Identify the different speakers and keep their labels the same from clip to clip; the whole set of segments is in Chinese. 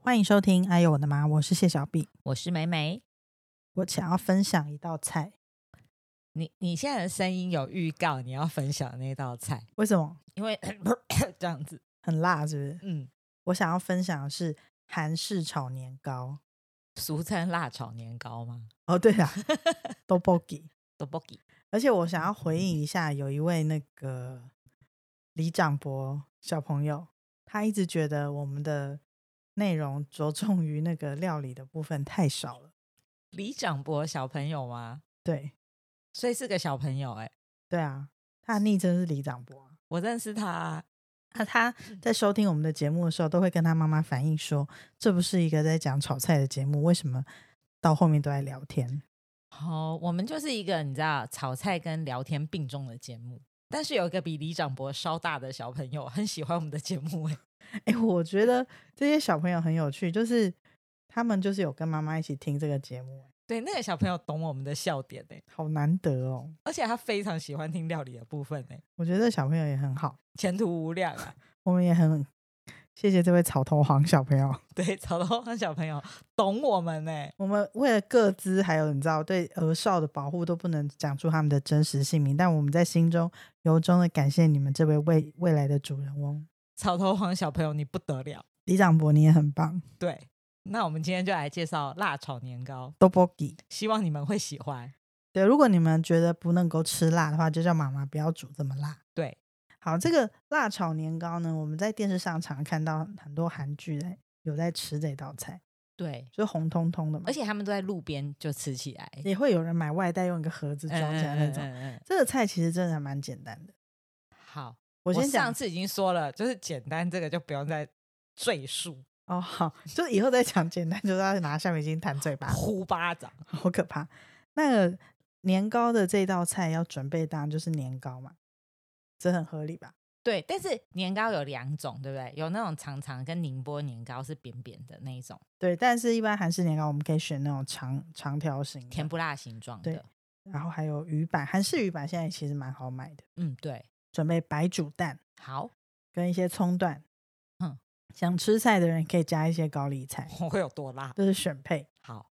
Speaker 1: 欢迎收听《哎呦我的妈》，我是谢小 B。
Speaker 2: 我是美美。
Speaker 1: 我想要分享一道菜，
Speaker 2: 你你现在的声音有预告你要分享的那道菜，
Speaker 1: 为什么
Speaker 2: 因为 这样子，
Speaker 1: 很辣？是不是？
Speaker 2: 嗯，
Speaker 1: 我想要分享的是韩式炒年糕。
Speaker 2: 俗称辣炒年糕吗
Speaker 1: 哦，对啊都 b o g i
Speaker 2: d o b o g i
Speaker 1: 而且我想要回应一下，有一位那个李长博小朋友，他一直觉得我们的内容着重于那个料理的部分太少了。
Speaker 2: 李长博小朋友吗？
Speaker 1: 对，
Speaker 2: 所以是个小朋友哎、
Speaker 1: 对啊，他的昵称是李长博啊。
Speaker 2: 我认识他啊、
Speaker 1: 那他在收听我们的节目的时候，都会跟他妈妈反映说，这不是一个在讲炒菜的节目，为什么到后面都在聊天？
Speaker 2: 好，我们就是一个你知道炒菜跟聊天并重的节目，但是有一个比李长博稍大的小朋友很喜欢我们的节目哎、
Speaker 1: 哎、我觉得这些小朋友很有趣，就是他们就是有跟妈妈一起听这个节目、
Speaker 2: 对，那个小朋友懂我们的笑点哎、
Speaker 1: 好难得哦。
Speaker 2: 而且他非常喜欢听料理的部分哎、
Speaker 1: 我觉得小朋友也很好，
Speaker 2: 前途无量啊！
Speaker 1: 我们也很谢谢这位草头黄小朋友。
Speaker 2: 对，炒豆花小朋友懂我们呢、
Speaker 1: 我们为了各自还有你知道对儿少的保护都不能讲出他们的真实姓名，但我们在心中由衷的感谢你们这位未未来的主人翁
Speaker 2: 草头黄小朋友，你不得了。
Speaker 1: 李长博，你也很棒。
Speaker 2: 对，那我们今天就来介绍辣炒年糕，
Speaker 1: d o b o g i
Speaker 2: 希望你们会喜欢。
Speaker 1: 对，如果你们觉得不能够吃辣的话，就叫妈妈不要煮这么辣。
Speaker 2: 对，
Speaker 1: 好，这个辣炒年糕呢，我们在电视上常看到很多韩剧在有在吃这道菜，
Speaker 2: 对，
Speaker 1: 就红彤彤的嘛，
Speaker 2: 而且他们都在路边就吃起来，
Speaker 1: 也会有人买外带用一个盒子装起来那种。
Speaker 2: 嗯嗯嗯嗯嗯
Speaker 1: 这个菜其实真的还蛮简单的。
Speaker 2: 好，
Speaker 1: 我
Speaker 2: 我
Speaker 1: 先
Speaker 2: 上
Speaker 1: 讲
Speaker 2: 次已经说了，就是简单这个就不用再赘述，
Speaker 1: 哦，好，就以后再讲简单，就是要拿橡皮筋弹嘴巴，
Speaker 2: 呼巴掌。
Speaker 1: 好可怕。那个年糕的这道菜要准备，当然就是年糕嘛，这很合理吧？
Speaker 2: 对，但是年糕有两种，对不对？有那种长长跟宁波年糕是扁扁的那一种，
Speaker 1: 对，但是一般韩式年糕我们可以选那种长长条形
Speaker 2: 甜
Speaker 1: 的，
Speaker 2: 不辣形状
Speaker 1: 对
Speaker 2: 的。
Speaker 1: 然后还有鱼板，韩式鱼板现在其实蛮好买的。
Speaker 2: 嗯，对，
Speaker 1: 准备白煮蛋
Speaker 2: 好，
Speaker 1: 跟一些葱段，
Speaker 2: 嗯，
Speaker 1: 想吃菜的人可以加一些高丽菜，
Speaker 2: 我会有多辣？
Speaker 1: 这是选配。
Speaker 2: 好，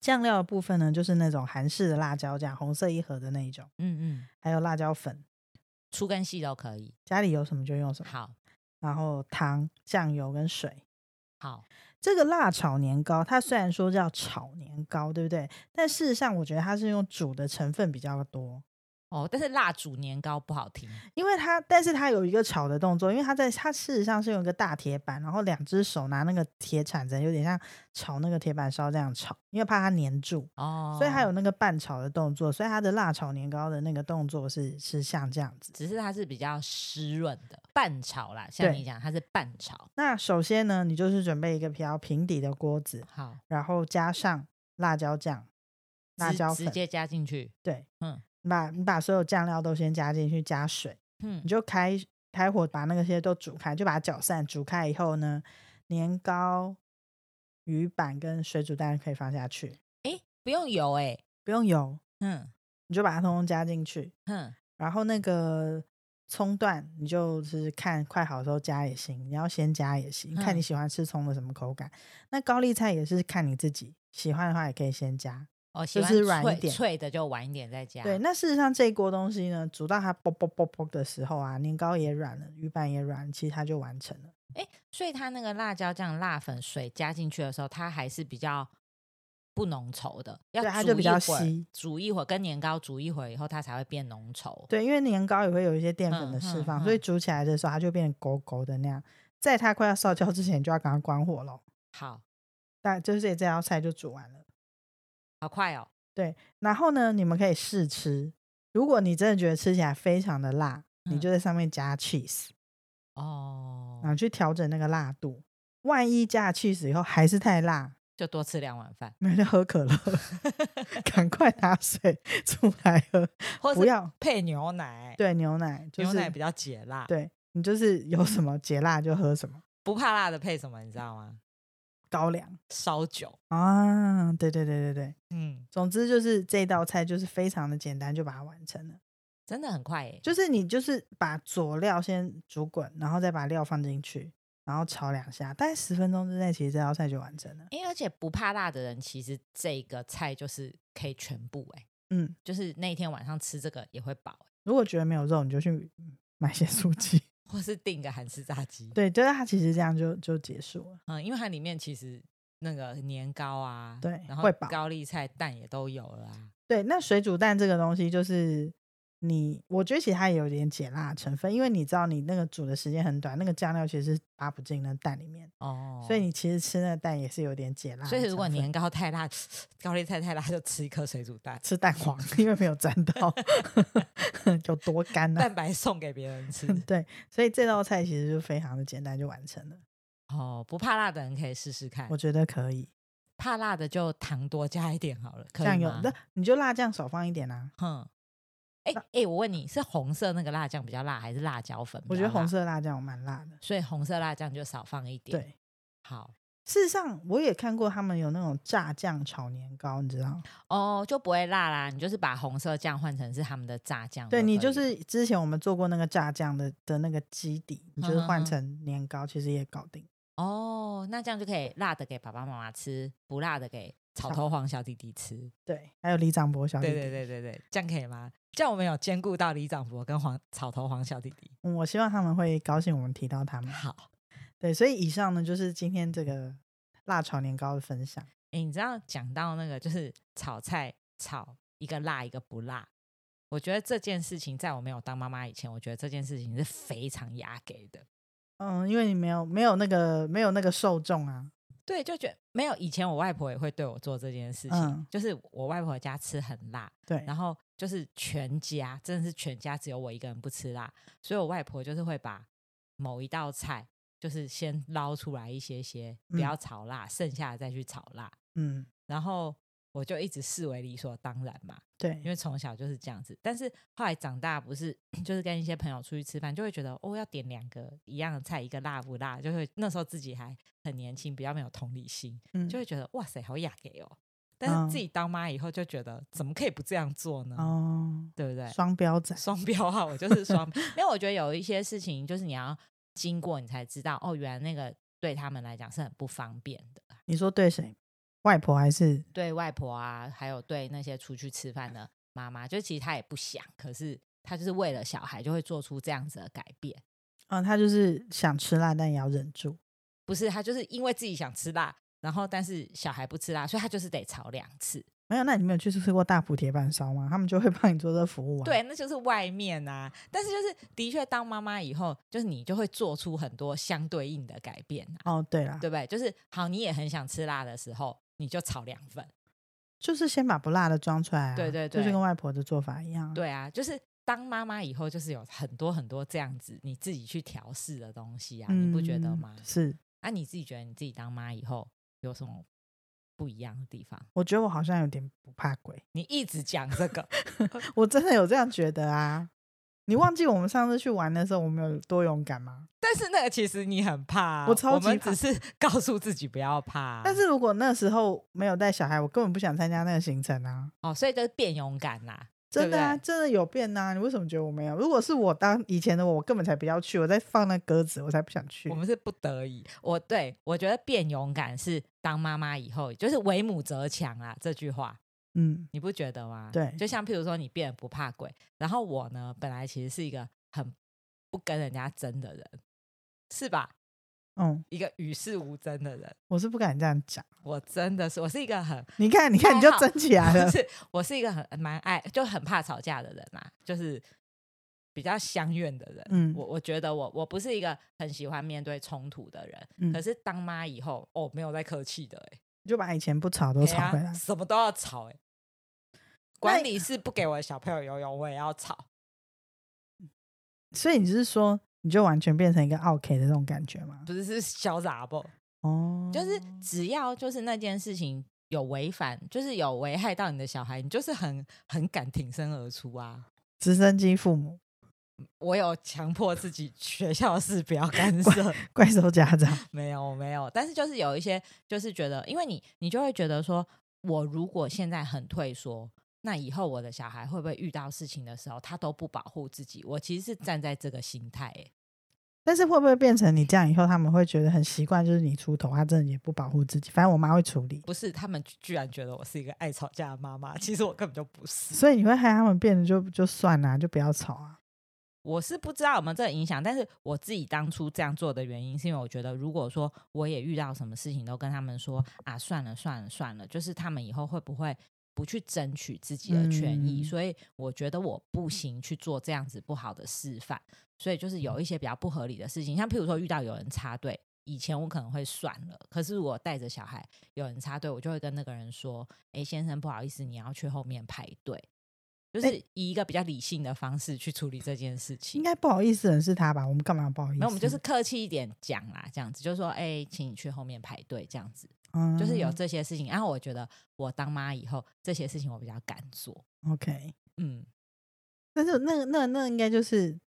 Speaker 1: 酱料的部分呢，就是那种韩式的辣椒酱，红色一盒的那一种，
Speaker 2: 嗯嗯，
Speaker 1: 还有辣椒粉，
Speaker 2: 粗跟细都可以。
Speaker 1: 家里有什么就用什么。
Speaker 2: 好，
Speaker 1: 然后糖、酱油跟水。
Speaker 2: 好，
Speaker 1: 这个辣炒年糕，它虽然说叫炒年糕，对不对？但事实上，我觉得它是用煮的成分比较多，
Speaker 2: 哦，但是蜡烛年糕不好听，
Speaker 1: 因为它，但是它有一个炒的动作，因为它在它事实上是用一个大铁板，然后两只手拿那个铁铲子，有点像炒那个铁板烧这样炒，因为怕它粘住，
Speaker 2: 哦，
Speaker 1: 所以它有，那个拌炒的动作，所以它的辣炒年糕的那个动作是是像这样子。
Speaker 2: 只是它是比较湿润的半炒啦，像
Speaker 1: 对
Speaker 2: 你讲它是半炒，
Speaker 1: 那首先呢，你就是准备一个比较平底的锅子，
Speaker 2: 好，
Speaker 1: 然后加上辣椒酱、辣
Speaker 2: 直
Speaker 1: 椒
Speaker 2: 直
Speaker 1: 粉，
Speaker 2: 接加进去，
Speaker 1: 对，
Speaker 2: 嗯
Speaker 1: 你把你把所有酱料都先加进去，加水，
Speaker 2: 嗯
Speaker 1: 你，就开开火把那个些都煮开，就把它搅散。煮开以后呢，年糕、鱼板跟水煮蛋可以放下去，
Speaker 2: 诶，不用油诶，
Speaker 1: 不用油，
Speaker 2: 嗯
Speaker 1: 你就把它通通加进去。
Speaker 2: 嗯，
Speaker 1: 然后那个葱段，你就是看快好的时候加也行，你要先加也行，看你
Speaker 2: 嗯
Speaker 1: 喜欢吃葱的什么口感。那高丽菜也是看你自己喜欢的话，也可以先加。
Speaker 2: 哦，喜
Speaker 1: 就
Speaker 2: 欢
Speaker 1: 是软一
Speaker 2: 脆
Speaker 1: 点
Speaker 2: 脆的就晚一点再加，
Speaker 1: 对，那事实上这一锅东西呢，煮到它啵啵啵啵的时候啊，年糕也软了，鱼板也软，其实它就完成了。
Speaker 2: 诶，所以它那个辣椒酱、辣粉水加进去的时候，它还是比较。不浓稠的，要
Speaker 1: 对它
Speaker 2: 煮
Speaker 1: 就比
Speaker 2: 一
Speaker 1: 较
Speaker 2: 会儿
Speaker 1: 稀
Speaker 2: 煮一会儿跟年糕煮一会儿以后，它才会变浓稠。
Speaker 1: 对，因为年糕也会有一些淀粉
Speaker 2: 嗯
Speaker 1: 的释
Speaker 2: 嗯
Speaker 1: 放，所以
Speaker 2: 嗯
Speaker 1: 煮起来的时候它就变狗狗的那样。在它快要烧焦之前，就要赶快关火咯。
Speaker 2: 好
Speaker 1: 但就是这道菜就煮完了。
Speaker 2: 好快哦，
Speaker 1: 然后呢，你们可以试吃。如果你真的觉得吃起来非常的辣，你
Speaker 2: 嗯
Speaker 1: 就在上面加 cheese，
Speaker 2: 哦，
Speaker 1: 然后去调整那个辣度。万一加了 cheese 以后还是太辣，
Speaker 2: 就多吃两碗饭，
Speaker 1: 那就喝 可乐，赶快拿水出来喝，
Speaker 2: 或
Speaker 1: 不
Speaker 2: 是
Speaker 1: 要
Speaker 2: 配牛奶，
Speaker 1: 对牛奶，就是
Speaker 2: 牛奶比较解辣，
Speaker 1: 对你就是有什么解辣就喝什么
Speaker 2: 不怕辣的配什么，你知道吗？
Speaker 1: 高粱
Speaker 2: 烧酒，
Speaker 1: 啊，对对对对对，
Speaker 2: 嗯，
Speaker 1: 总之就是这道菜就是非常的简单就把它完成了。
Speaker 2: 真的很快耶、
Speaker 1: 就是你就是把佐料先煮滚，然后再把料放进去，然后炒两下，大概十分钟之内，其实这道菜就完成了。
Speaker 2: 因为而且不怕辣的人，其实这个菜就是可以全部哎、
Speaker 1: 嗯，
Speaker 2: 就是那一天晚上吃这个也会饱、欸，
Speaker 1: 如果觉得没有肉，你就去买些素鸡。
Speaker 2: 或是订个韩式炸鸡。，
Speaker 1: 对，就是它其实这样就就结束了。
Speaker 2: 嗯，因为它里面其实那个年糕啊，
Speaker 1: 对
Speaker 2: 然后
Speaker 1: 会饱
Speaker 2: 高丽菜蛋也都有了啊。
Speaker 1: 对，那水煮蛋这个东西，就是你，我觉得其实它也有点解辣的成分，因为你知道你那个煮的时间很短，那个酱料其实是扒不进那蛋里面，
Speaker 2: 哦，
Speaker 1: 所以你其实吃那个蛋也是有点解辣的
Speaker 2: 所
Speaker 1: 成分。
Speaker 2: 以如果年糕太辣， 高丽菜太辣，就吃一颗水煮蛋，
Speaker 1: 吃蛋黄， 因为没有沾到 有多干呢、
Speaker 2: 蛋白送给别人吃。
Speaker 1: 对，所以这道菜其实就非常的简单就完成了，
Speaker 2: 哦，不怕辣的人可以试试看
Speaker 1: 我，觉得可以。
Speaker 2: 怕辣的就糖多加一点好了，可
Speaker 1: 酱
Speaker 2: 以
Speaker 1: 油
Speaker 2: 吗？
Speaker 1: 那你就辣酱少放一点啊啦、
Speaker 2: 哼，哎、
Speaker 1: 那
Speaker 2: 哎、我问你是红色那个辣酱比较辣，还是辣椒粉？
Speaker 1: 我觉得红，色辣酱蛮辣的。
Speaker 2: 所以红色辣酱就少放一点。，
Speaker 1: 对，
Speaker 2: 好
Speaker 1: 事实上我也看过他们有那种炸酱炒年糕，你知道吗？
Speaker 2: 哦，就不会辣啦。你就是把红色酱换成是他们的炸酱可以
Speaker 1: 对
Speaker 2: 了。
Speaker 1: 你就是之前我们做过那个炸酱的的那个基底，你就是
Speaker 2: 嗯嗯
Speaker 1: 换
Speaker 2: 嗯
Speaker 1: 成年糕，其实也搞定。
Speaker 2: 哦，那这样就可以辣的给爸爸妈妈吃，不辣的给草
Speaker 1: 草
Speaker 2: 头黄小弟弟吃。
Speaker 1: 对，还有李长博小弟
Speaker 2: 对
Speaker 1: 弟，
Speaker 2: 对对对对，这样可以吗？这样我们有兼顾到李长博跟黄草头黄小弟弟。
Speaker 1: 嗯我希望他们会高兴我们提到他们。
Speaker 2: 好，
Speaker 1: 对，所以以上呢就是今天这个辣炒年糕的分享。
Speaker 2: 诶你知道讲到那个就是炒菜炒一个辣一个不辣，我觉得这件事情在我没有当妈妈以前，我觉得这件事情是非常压给的。
Speaker 1: 嗯，因为你没有没有那个没有那个受众啊，
Speaker 2: 对，就觉得没有以前我外婆也会对我做这件事情，
Speaker 1: 嗯
Speaker 2: 就是我外婆家吃很辣，
Speaker 1: 对，
Speaker 2: 然后就是全家真的是全家只有我一个人不吃辣，所以我外婆就是会把某一道菜就是先捞出来一些些，
Speaker 1: 嗯
Speaker 2: 不要炒辣，剩下的再去炒辣，
Speaker 1: 嗯，
Speaker 2: 然后我就一直视为理所当然嘛。因
Speaker 1: 对，
Speaker 2: 为从小就是这样子。但是后来长大，不是 就是跟一些朋友出去吃饭，就会觉得哦，要点两个一样的菜，一个辣不辣，就会那时候自己还很年轻，比较没有同理心，
Speaker 1: 嗯，
Speaker 2: 就会觉得哇塞，好雅给哦。但
Speaker 1: 嗯
Speaker 2: 是自己当妈以后就觉得，怎么可以不这样做呢？
Speaker 1: 哦，
Speaker 2: 对嗯不对？
Speaker 1: 双标仔，
Speaker 2: 双标啊，我就是双。没有，我觉得有一些事情就是你要经过，你才知道哦，原来那个对他们来讲是很不方便的。
Speaker 1: 你说对谁？外婆还是
Speaker 2: 对外婆啊，还有对那些出去吃饭的妈妈，就其实她也不想，可是她就是为了小孩就会做出这样子的改变。
Speaker 1: 嗯，他就是想吃辣，但也要忍住。
Speaker 2: 不是，她就是因为自己想吃辣，然后但是小孩不吃辣，所以她就是得炒两次。
Speaker 1: 没有，那你没有去吃过大埔铁板烧吗？他们就会帮你做这服务啊。
Speaker 2: 对，那就是外面啊。但是就是的确，当妈妈以后，就是你就会做出很多相对应的改变啊，
Speaker 1: 哦，对啦，
Speaker 2: 对不对？就是好，你也很想吃辣的时候，你就炒两份。
Speaker 1: 就是先把不辣的装出来、啊。
Speaker 2: 对对
Speaker 1: 就是
Speaker 2: 对
Speaker 1: 跟外婆的做法一样、啊。，
Speaker 2: 对啊，就是当妈妈以后，就是有很多很多这样子你自己去调试的东西啊，你不觉得吗？
Speaker 1: 嗯是，
Speaker 2: 啊，你自己觉得你自己当妈以后有什么不一样的地方？
Speaker 1: 我觉得我好像有点不怕鬼，
Speaker 2: 你一直讲这 个
Speaker 1: 我真的有这样觉得啊。你忘记我们上次去玩的时候，我们有多勇敢吗？
Speaker 2: 但是那个其实你很怕啊、
Speaker 1: 我超级
Speaker 2: 我们
Speaker 1: 怕
Speaker 2: 只是 告诉自己不要怕啊、
Speaker 1: 但是如果那时候没有带小孩，我根本不想参加那个行程啊。
Speaker 2: 哦，所以就是变勇敢啦、
Speaker 1: 真的啊，
Speaker 2: 对不
Speaker 1: 真的有变呐、你为什么觉得我没有？如果是我当以前的我，我根本才不要去，我在放那鸽子，我才不想去
Speaker 2: 我。们是不得已。我对我觉得变勇敢是当妈妈以后，就是为母则强啊这句话。
Speaker 1: 嗯，
Speaker 2: 你不觉得吗？
Speaker 1: 对
Speaker 2: 就像譬如说你变得不怕鬼，然后我呢，本来其实是一个很不跟人家争的人，是吧？
Speaker 1: 嗯，
Speaker 2: 一个与世无争的人，
Speaker 1: 我是不敢这样讲。
Speaker 2: 我真的是，我是一个很，
Speaker 1: 你看，你看，
Speaker 2: 还
Speaker 1: 你就
Speaker 2: 好
Speaker 1: 争起来了
Speaker 2: 就。 是我是一个很蛮爱，就很怕吵架的人啊，就是比较相怨的人。
Speaker 1: 嗯
Speaker 2: 我我觉得我我不是一个很喜欢面对冲突的人，
Speaker 1: 嗯
Speaker 2: 可是当妈以后，哦，没有再客气的、欸，
Speaker 1: 你就把以前不吵
Speaker 2: 哎、
Speaker 1: 都吵回来。
Speaker 2: 什么都要吵、欸，哎，
Speaker 1: 那
Speaker 2: 管理室不给我的小朋友游泳，我也要吵。
Speaker 1: 所以你是说，你就完全变成一个 OK 的那种感觉吗？
Speaker 2: 不是是潇洒不？
Speaker 1: 哦，
Speaker 2: 就是只要就是那件事情有违反，就是有危害到你的小孩，你就是很很敢挺身而出啊！
Speaker 1: 直升机父母、
Speaker 2: 我有强迫自己学校的事不要干涉，
Speaker 1: 怪兽家长。
Speaker 2: 没有我没有，但是就是有一些就是觉得，因为你你就会觉得说，我如果现在很退缩。那以后我的小孩会不会遇到事情的时候，他都不保护自己？我其实是站在这个心态、欸，
Speaker 1: 但是会不会变成你这样以后，他们会觉得很习惯，就是你出头，他真的也不保护自己，反正我妈会处理，
Speaker 2: 不是他们居然觉得我是一个爱吵架的妈妈，其实我根本就不是。
Speaker 1: 所以你会害他们变得就就算啦、就不要吵啊。
Speaker 2: 我是不知道有没有这个影响，但是我自己当初这样做的原因，是因为我觉得如果说我也遇到什么事情都跟他们说啊，算了算了算了，就是他们以后会不会不去争取自己的权益？
Speaker 1: 嗯
Speaker 2: 所以我觉得我不行去做这样子不好的示范，所以就是有一些比较不合理的事情，像譬如说遇到有人插队。以前我可能会算了，可是我带着小孩，有人插队，我就会跟那个人说：“哎、先生，不好意思，你要去后面排队。”就是以一个比较理性的方式去处理这件事情
Speaker 1: 应。该不好意思的人是他吧？我们干嘛不好意思？
Speaker 2: 那我们就是客气一点讲啦，这样子就是说，哎、请你去后面排队，这样子
Speaker 1: 嗯
Speaker 2: 就是有这些事情。然后我觉得我当妈以后，这些事情我比较敢做。
Speaker 1: OK。
Speaker 2: 嗯，
Speaker 1: 但是那那那应该就是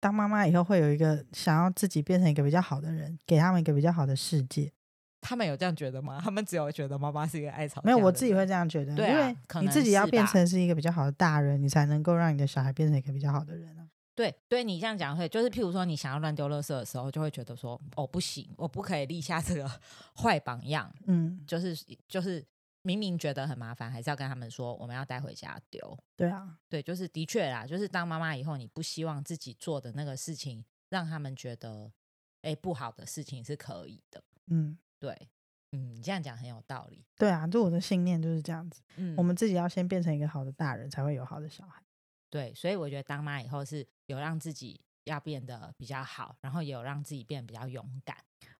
Speaker 1: 当妈妈以后会有一个想要自己变成一个比较好的人，给他们一个比较好的世界。
Speaker 2: 他们有这样觉得吗？他们只有觉得妈妈是一个爱吵架
Speaker 1: 没
Speaker 2: 哦的人，
Speaker 1: 有，我自己会这样觉得，
Speaker 2: 对
Speaker 1: 因
Speaker 2: 啊
Speaker 1: 为
Speaker 2: 可
Speaker 1: 你
Speaker 2: 能
Speaker 1: 自己要
Speaker 2: 是
Speaker 1: 变
Speaker 2: 吧
Speaker 1: 成是一个比较好的大人，你才能够让你的小孩变成一个比较好的人啊。
Speaker 2: 对，对你这样讲会，就是譬如说你想要乱丢垃圾的时候，就会觉得说，哦，不行，我不可以立下这个 坏榜样，
Speaker 1: 嗯，
Speaker 2: 就是就是明明觉得很麻烦，还是要跟他们说，我们要带回家丢。
Speaker 1: 对啊，
Speaker 2: 对，就是的确啦，就是当妈妈以后，你不希望自己做的那个事情让他们觉得，哎、不好的事情是可以的。
Speaker 1: 嗯，
Speaker 2: 对，嗯，你这样讲很有道理。
Speaker 1: 对啊，就我的信念就是这样子。
Speaker 2: 嗯，
Speaker 1: 我们自己要先变成一个好的大人，才会有好的小孩。
Speaker 2: 对，所以我觉得当妈以后是有让自己要变得比较好，然后也有让自己变得比较勇敢。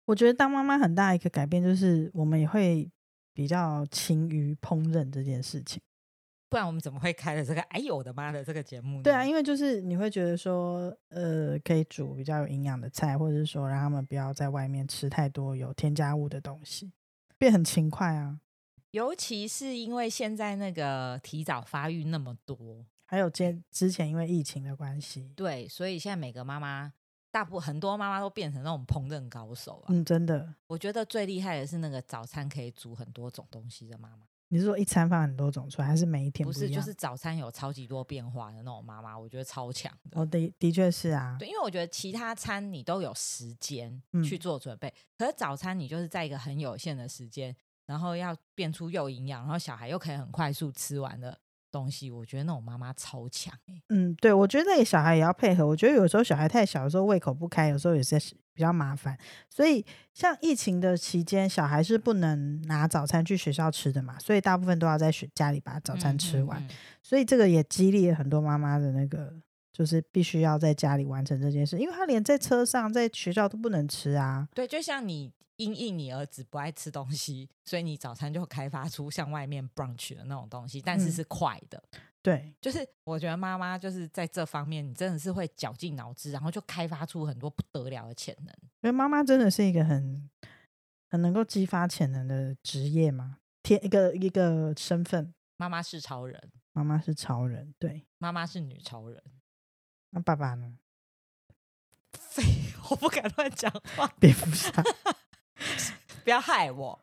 Speaker 1: 我觉得当妈妈很大一个改变就是，我们也会比较勤于烹饪这件事情。
Speaker 2: 不然我们怎么会开了这个“哎呦我的妈”的这个节目呢？
Speaker 1: 对啊，因为就是你会觉得说，呃，可以煮比较有营养的菜，或者是说让他们不要在外面吃太多有添加物的东西，变很勤快啊。
Speaker 2: 尤其是因为现在那个提早发育那么多，
Speaker 1: 还有之之前因为疫情的关系，
Speaker 2: 对，所以现在每个妈妈，大部很多妈妈都变成那种烹饪高手啊。
Speaker 1: 嗯，真的，
Speaker 2: 我觉得最厉害的是那个早餐可以煮很多种东西的妈妈，
Speaker 1: 你是说一餐放很多种出来，还是每一天
Speaker 2: 不是
Speaker 1: 一
Speaker 2: 就
Speaker 1: 样？
Speaker 2: 是早餐有超级多变化的那种妈妈，我觉得超强的。
Speaker 1: 哦，的的确是啊，
Speaker 2: 对，因为我觉得其他餐你都有时间
Speaker 1: 嗯
Speaker 2: 去做准备，可是早餐你就是在一个很有限的时间，然后要变出又营养，然后小孩又可以很快速吃完的东西，我觉得那种妈妈超强、欸、
Speaker 1: 嗯，对，我觉得那个小孩也要配合。我觉得有时候小孩太小的时候胃口不开，有时候也是比较麻烦。所以像疫情的期间，小孩是不能拿早餐去学校吃的嘛，所以大部分都要在学家里把早餐
Speaker 2: 嗯
Speaker 1: 吃
Speaker 2: 嗯
Speaker 1: 完。
Speaker 2: 嗯
Speaker 1: 所以这个也激励了很多妈妈的那个，就是必须要在家里完成这件事，因为她连在车上、在学校都不能吃啊。
Speaker 2: 对，就像你因应你儿子不爱吃东西，所以你早餐就开发出像外面 brunch 的那种东西，但是
Speaker 1: 嗯
Speaker 2: 是快的。
Speaker 1: 对，
Speaker 2: 就是我觉得妈妈就是在这方面，你真的是会绞尽脑汁，然后就开发出很多不得了的潜能。
Speaker 1: 因为妈妈真的是一个很很能够激发潜能的职业嘛，天一个一个身份，
Speaker 2: 妈妈是超人，
Speaker 1: 妈妈是超人，对。
Speaker 2: 妈妈是女超人，
Speaker 1: 那爸爸呢？
Speaker 2: 废，我不敢乱讲话，
Speaker 1: 蝙蝠侠
Speaker 2: 不要害我。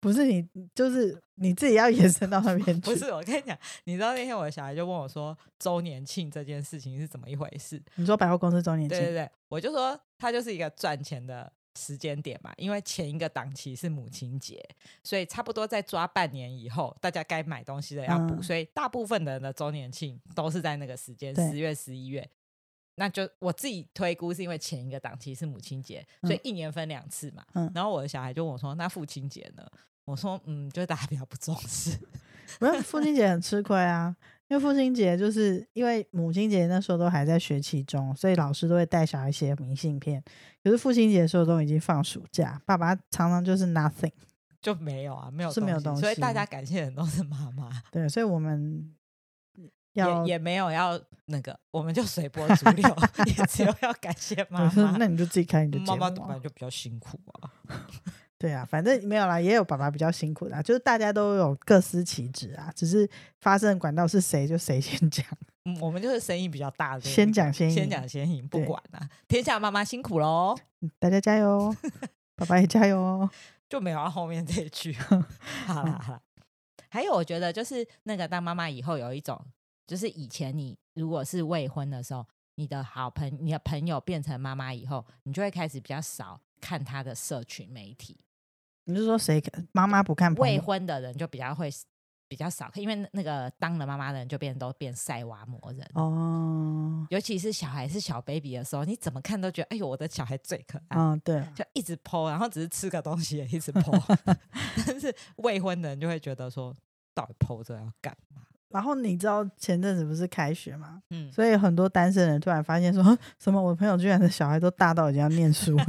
Speaker 1: 不是你，就是你自己要延伸到那边去。
Speaker 2: 不是，我跟你讲，你知道那天我的小孩就问我说周年庆这件事情是怎么一回事？
Speaker 1: 你说百货公司周年
Speaker 2: 对对
Speaker 1: 庆，
Speaker 2: 对，我就说它就是一个赚钱的时间点嘛，因为前一个档期是母亲节，所以差不多在抓半年以后，大家该买东西的要补，
Speaker 1: 嗯
Speaker 2: 所以大部分的人的周年庆都是在那个时间，
Speaker 1: 对
Speaker 2: 十月、十一月。那就我自己推估是因为前一个档期是母亲节，所以
Speaker 1: 嗯
Speaker 2: 一年分两次嘛。
Speaker 1: 嗯
Speaker 2: 然后我的小孩就问我说：“那父亲节呢？”我说：“嗯，就是大家比较不重视。
Speaker 1: 不是父亲节很吃亏啊，因为父亲节就是因为母亲节那时候都还在学期中，所以老师都会带小孩写明信片。可是父亲节的时候都已经放暑假，爸爸常常就是 nothing。
Speaker 2: 就没有啊，没有
Speaker 1: 是没有东
Speaker 2: 所以大
Speaker 1: 西
Speaker 2: 家感谢的人都是妈妈。
Speaker 1: 对，所以我们要
Speaker 2: 也也没有要那个，我们就随波逐 流，也只有要感谢妈
Speaker 1: 我说
Speaker 2: 妈。
Speaker 1: 那你就自己开你的节
Speaker 2: 妈
Speaker 1: 目
Speaker 2: 妈
Speaker 1: 啊。
Speaker 2: 本来就比较辛苦啊，
Speaker 1: 对啊，反正没有啦，也有爸爸比较辛苦的啊、就是大家都有各司其职啊，只是发生的管道是谁就谁先讲，
Speaker 2: 嗯我们就是生意比较大的那一个，
Speaker 1: 先讲先
Speaker 2: 先
Speaker 1: 赢
Speaker 2: 讲先赢，不
Speaker 1: 对
Speaker 2: 管啊，天下妈妈辛苦喽，
Speaker 1: 大家加油 哦，爸爸也加油哦。
Speaker 2: 就没有要后面这 一句。好啦好啦，还有我觉得就是那个当妈妈以后有一种，就是以前你如果是未婚的时候，你的好朋你的朋友变成妈妈以后，你就会开始比较少看她的社群媒体。
Speaker 1: 你是说谁妈妈不看朋
Speaker 2: 未
Speaker 1: 友？
Speaker 2: 婚的人就比较会比较少看，因为那那个当了妈妈的人就变都变晒娃魔人。
Speaker 1: 哦，
Speaker 2: 尤其是小孩是小 baby 的时候，你怎么看都觉得，哎呦，我的小孩最可爱，
Speaker 1: 嗯，对啊，
Speaker 2: 就一直剖，然后只是吃个东西也一直剖。但是未婚的人就会觉得说，到底剖这要干嘛？
Speaker 1: 然后你知道前阵子不是开学嘛，
Speaker 2: 嗯，
Speaker 1: 所以很多单身人突然发现说， 什么我朋友居然的小孩都大到已经要念书 了，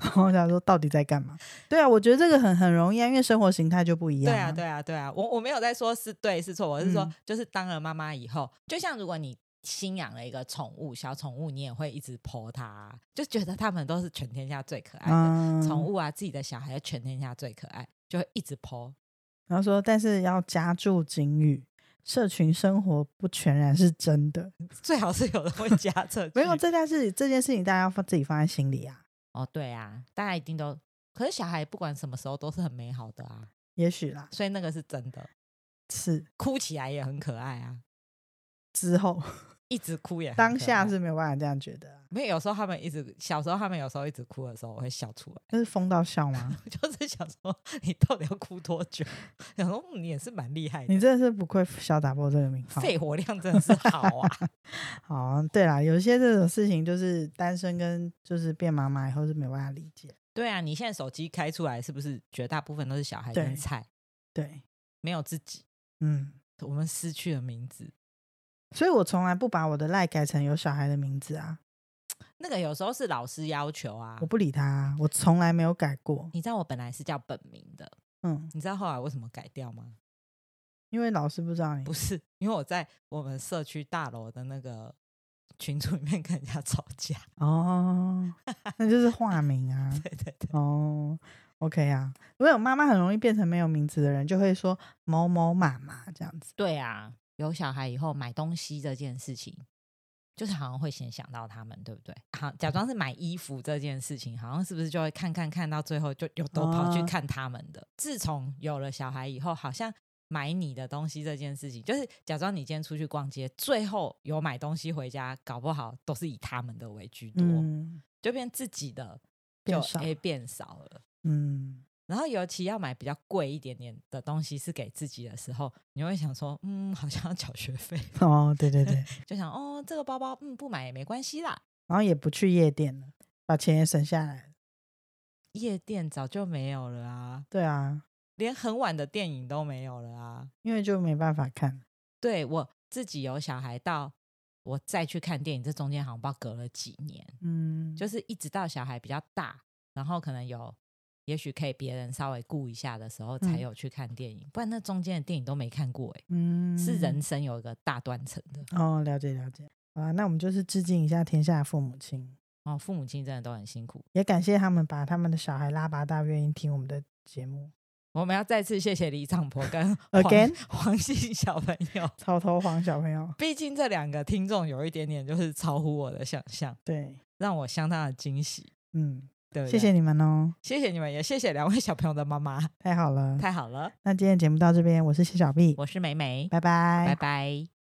Speaker 1: 然后我想说到底在干嘛？对啊，我觉得这个很很容易啊，因为生活形态就不一样、
Speaker 2: 对啊，对啊，对啊，我我没有在说是对是错，我是说，
Speaker 1: 嗯
Speaker 2: 就是当了妈妈以后，就像如果你新养了一个宠物小宠物，你也会一直剖它啊，就觉得它们都是全天下最可爱的
Speaker 1: 嗯，
Speaker 2: 宠、物啊，自己的小孩全天下最可爱，就会一直剖。
Speaker 1: 然后说，但是要加注警语，社群生活不全然是真的。
Speaker 2: 最好是有人会加这句，
Speaker 1: 没有这件事，这件事情大家要放自己放在心里啊。
Speaker 2: 哦，对啊，大家一定都，可是小孩不管什么时候都是很美好的啊，
Speaker 1: 也许啦，
Speaker 2: 所以那个是真的，
Speaker 1: 是
Speaker 2: 哭起来也很可爱啊，
Speaker 1: 之 后
Speaker 2: 一直哭也很
Speaker 1: 当
Speaker 2: 可
Speaker 1: 下
Speaker 2: 爱
Speaker 1: 是没有办法这样觉得、啊，
Speaker 2: 没有，有时候他们一直小时候他们有时候一直哭的时候，我会笑出来。
Speaker 1: 那是疯到笑吗？
Speaker 2: 就是想说，你到底要哭多久？ 想说嗯你也是蛮厉害的，
Speaker 1: 你真的是不愧小打破这个名号。
Speaker 2: 肺活量真的是好啊！
Speaker 1: 好啊，对啦，有些这种事情就是单身跟就是变妈妈以后是没有办法理解。
Speaker 2: 对啊，你现在手机开出来，是不是绝大部分都是小孩
Speaker 1: 对
Speaker 2: 跟菜，
Speaker 1: 对，
Speaker 2: 没有自己？
Speaker 1: 嗯，
Speaker 2: 我们失去了名字，
Speaker 1: 所以我从来不把我的赖改成有小孩的名字啊，
Speaker 2: 那个有时候是老师要求啊
Speaker 1: 我。不理他、啊，我从来没有改过。
Speaker 2: 你知道我本来是叫本名的，
Speaker 1: 嗯，
Speaker 2: 你知道后来为什么改掉吗？
Speaker 1: 因为老师不知道你
Speaker 2: 不是，因为我在我们社区大楼的那个群组里面跟人家吵架。
Speaker 1: 哦，那就是化名啊。
Speaker 2: 对对对，
Speaker 1: 哦，OK 啊，因为我妈妈很容易变成没有名字的人，就会说某某妈妈这样子。
Speaker 2: 对啊，有小孩以后买东西这件事情，就是好像会先想到他们，对不对？好，假装是买衣服这件事情，好像是不是就会看看看到最后就又都跑去
Speaker 1: 啊
Speaker 2: 看他们的？自从有了小孩以后，好像买你的东西这件事情，就是假装你今天出去逛街，最后有买东西回家，搞不好都是以他们的为居多，
Speaker 1: 嗯
Speaker 2: 就变自己的就
Speaker 1: 变少
Speaker 2: 诶变少了。
Speaker 1: 嗯，
Speaker 2: 然后尤其要买比较贵一点点的东西是给自己的时候，你会想说，嗯，好像要缴学费，
Speaker 1: 哦，对对对，
Speaker 2: 就想哦，这个包包，嗯，不买也没关系啦。
Speaker 1: 然后也不去夜店了，把钱也省下来了。
Speaker 2: 夜店早就没有了啊，
Speaker 1: 对啊，
Speaker 2: 连很晚的电影都没有了啊。
Speaker 1: 因为就没办法看。
Speaker 2: 对我自己有小孩到我再去看电影，这中间好像不知道隔了几年，
Speaker 1: 嗯，
Speaker 2: 就是一直到小孩比较大，然后可能有。也许可以别人稍微顾一下的时候，才
Speaker 1: 嗯
Speaker 2: 有去看电影，不然那中间的电影都没看过、欸，
Speaker 1: 嗯
Speaker 2: 是人生有一个大断层的。
Speaker 1: 哦，了解了解。好啊，那我们就是致敬一下天下的父母亲，
Speaker 2: 哦，父母亲真的都很辛苦。
Speaker 1: 也感谢他们把他们的小孩拉拔到愿意听我们的节目。
Speaker 2: 我们要再次谢谢李长婆跟黄
Speaker 1: Again？
Speaker 2: 黄姓小朋友，
Speaker 1: 草头黄小朋 友，
Speaker 2: 毕竟这两个听众有一点点就是超乎我的想象，
Speaker 1: 对，
Speaker 2: 让我相当的惊喜，
Speaker 1: 嗯，
Speaker 2: 对不对
Speaker 1: 谢谢，你们哦，
Speaker 2: 谢谢你们，也谢谢两位小朋友的妈妈，
Speaker 1: 太好了。
Speaker 2: 太好了，
Speaker 1: 那今天节目到这边，我是谢小碧，
Speaker 2: 我是美美，
Speaker 1: 拜拜
Speaker 2: 拜拜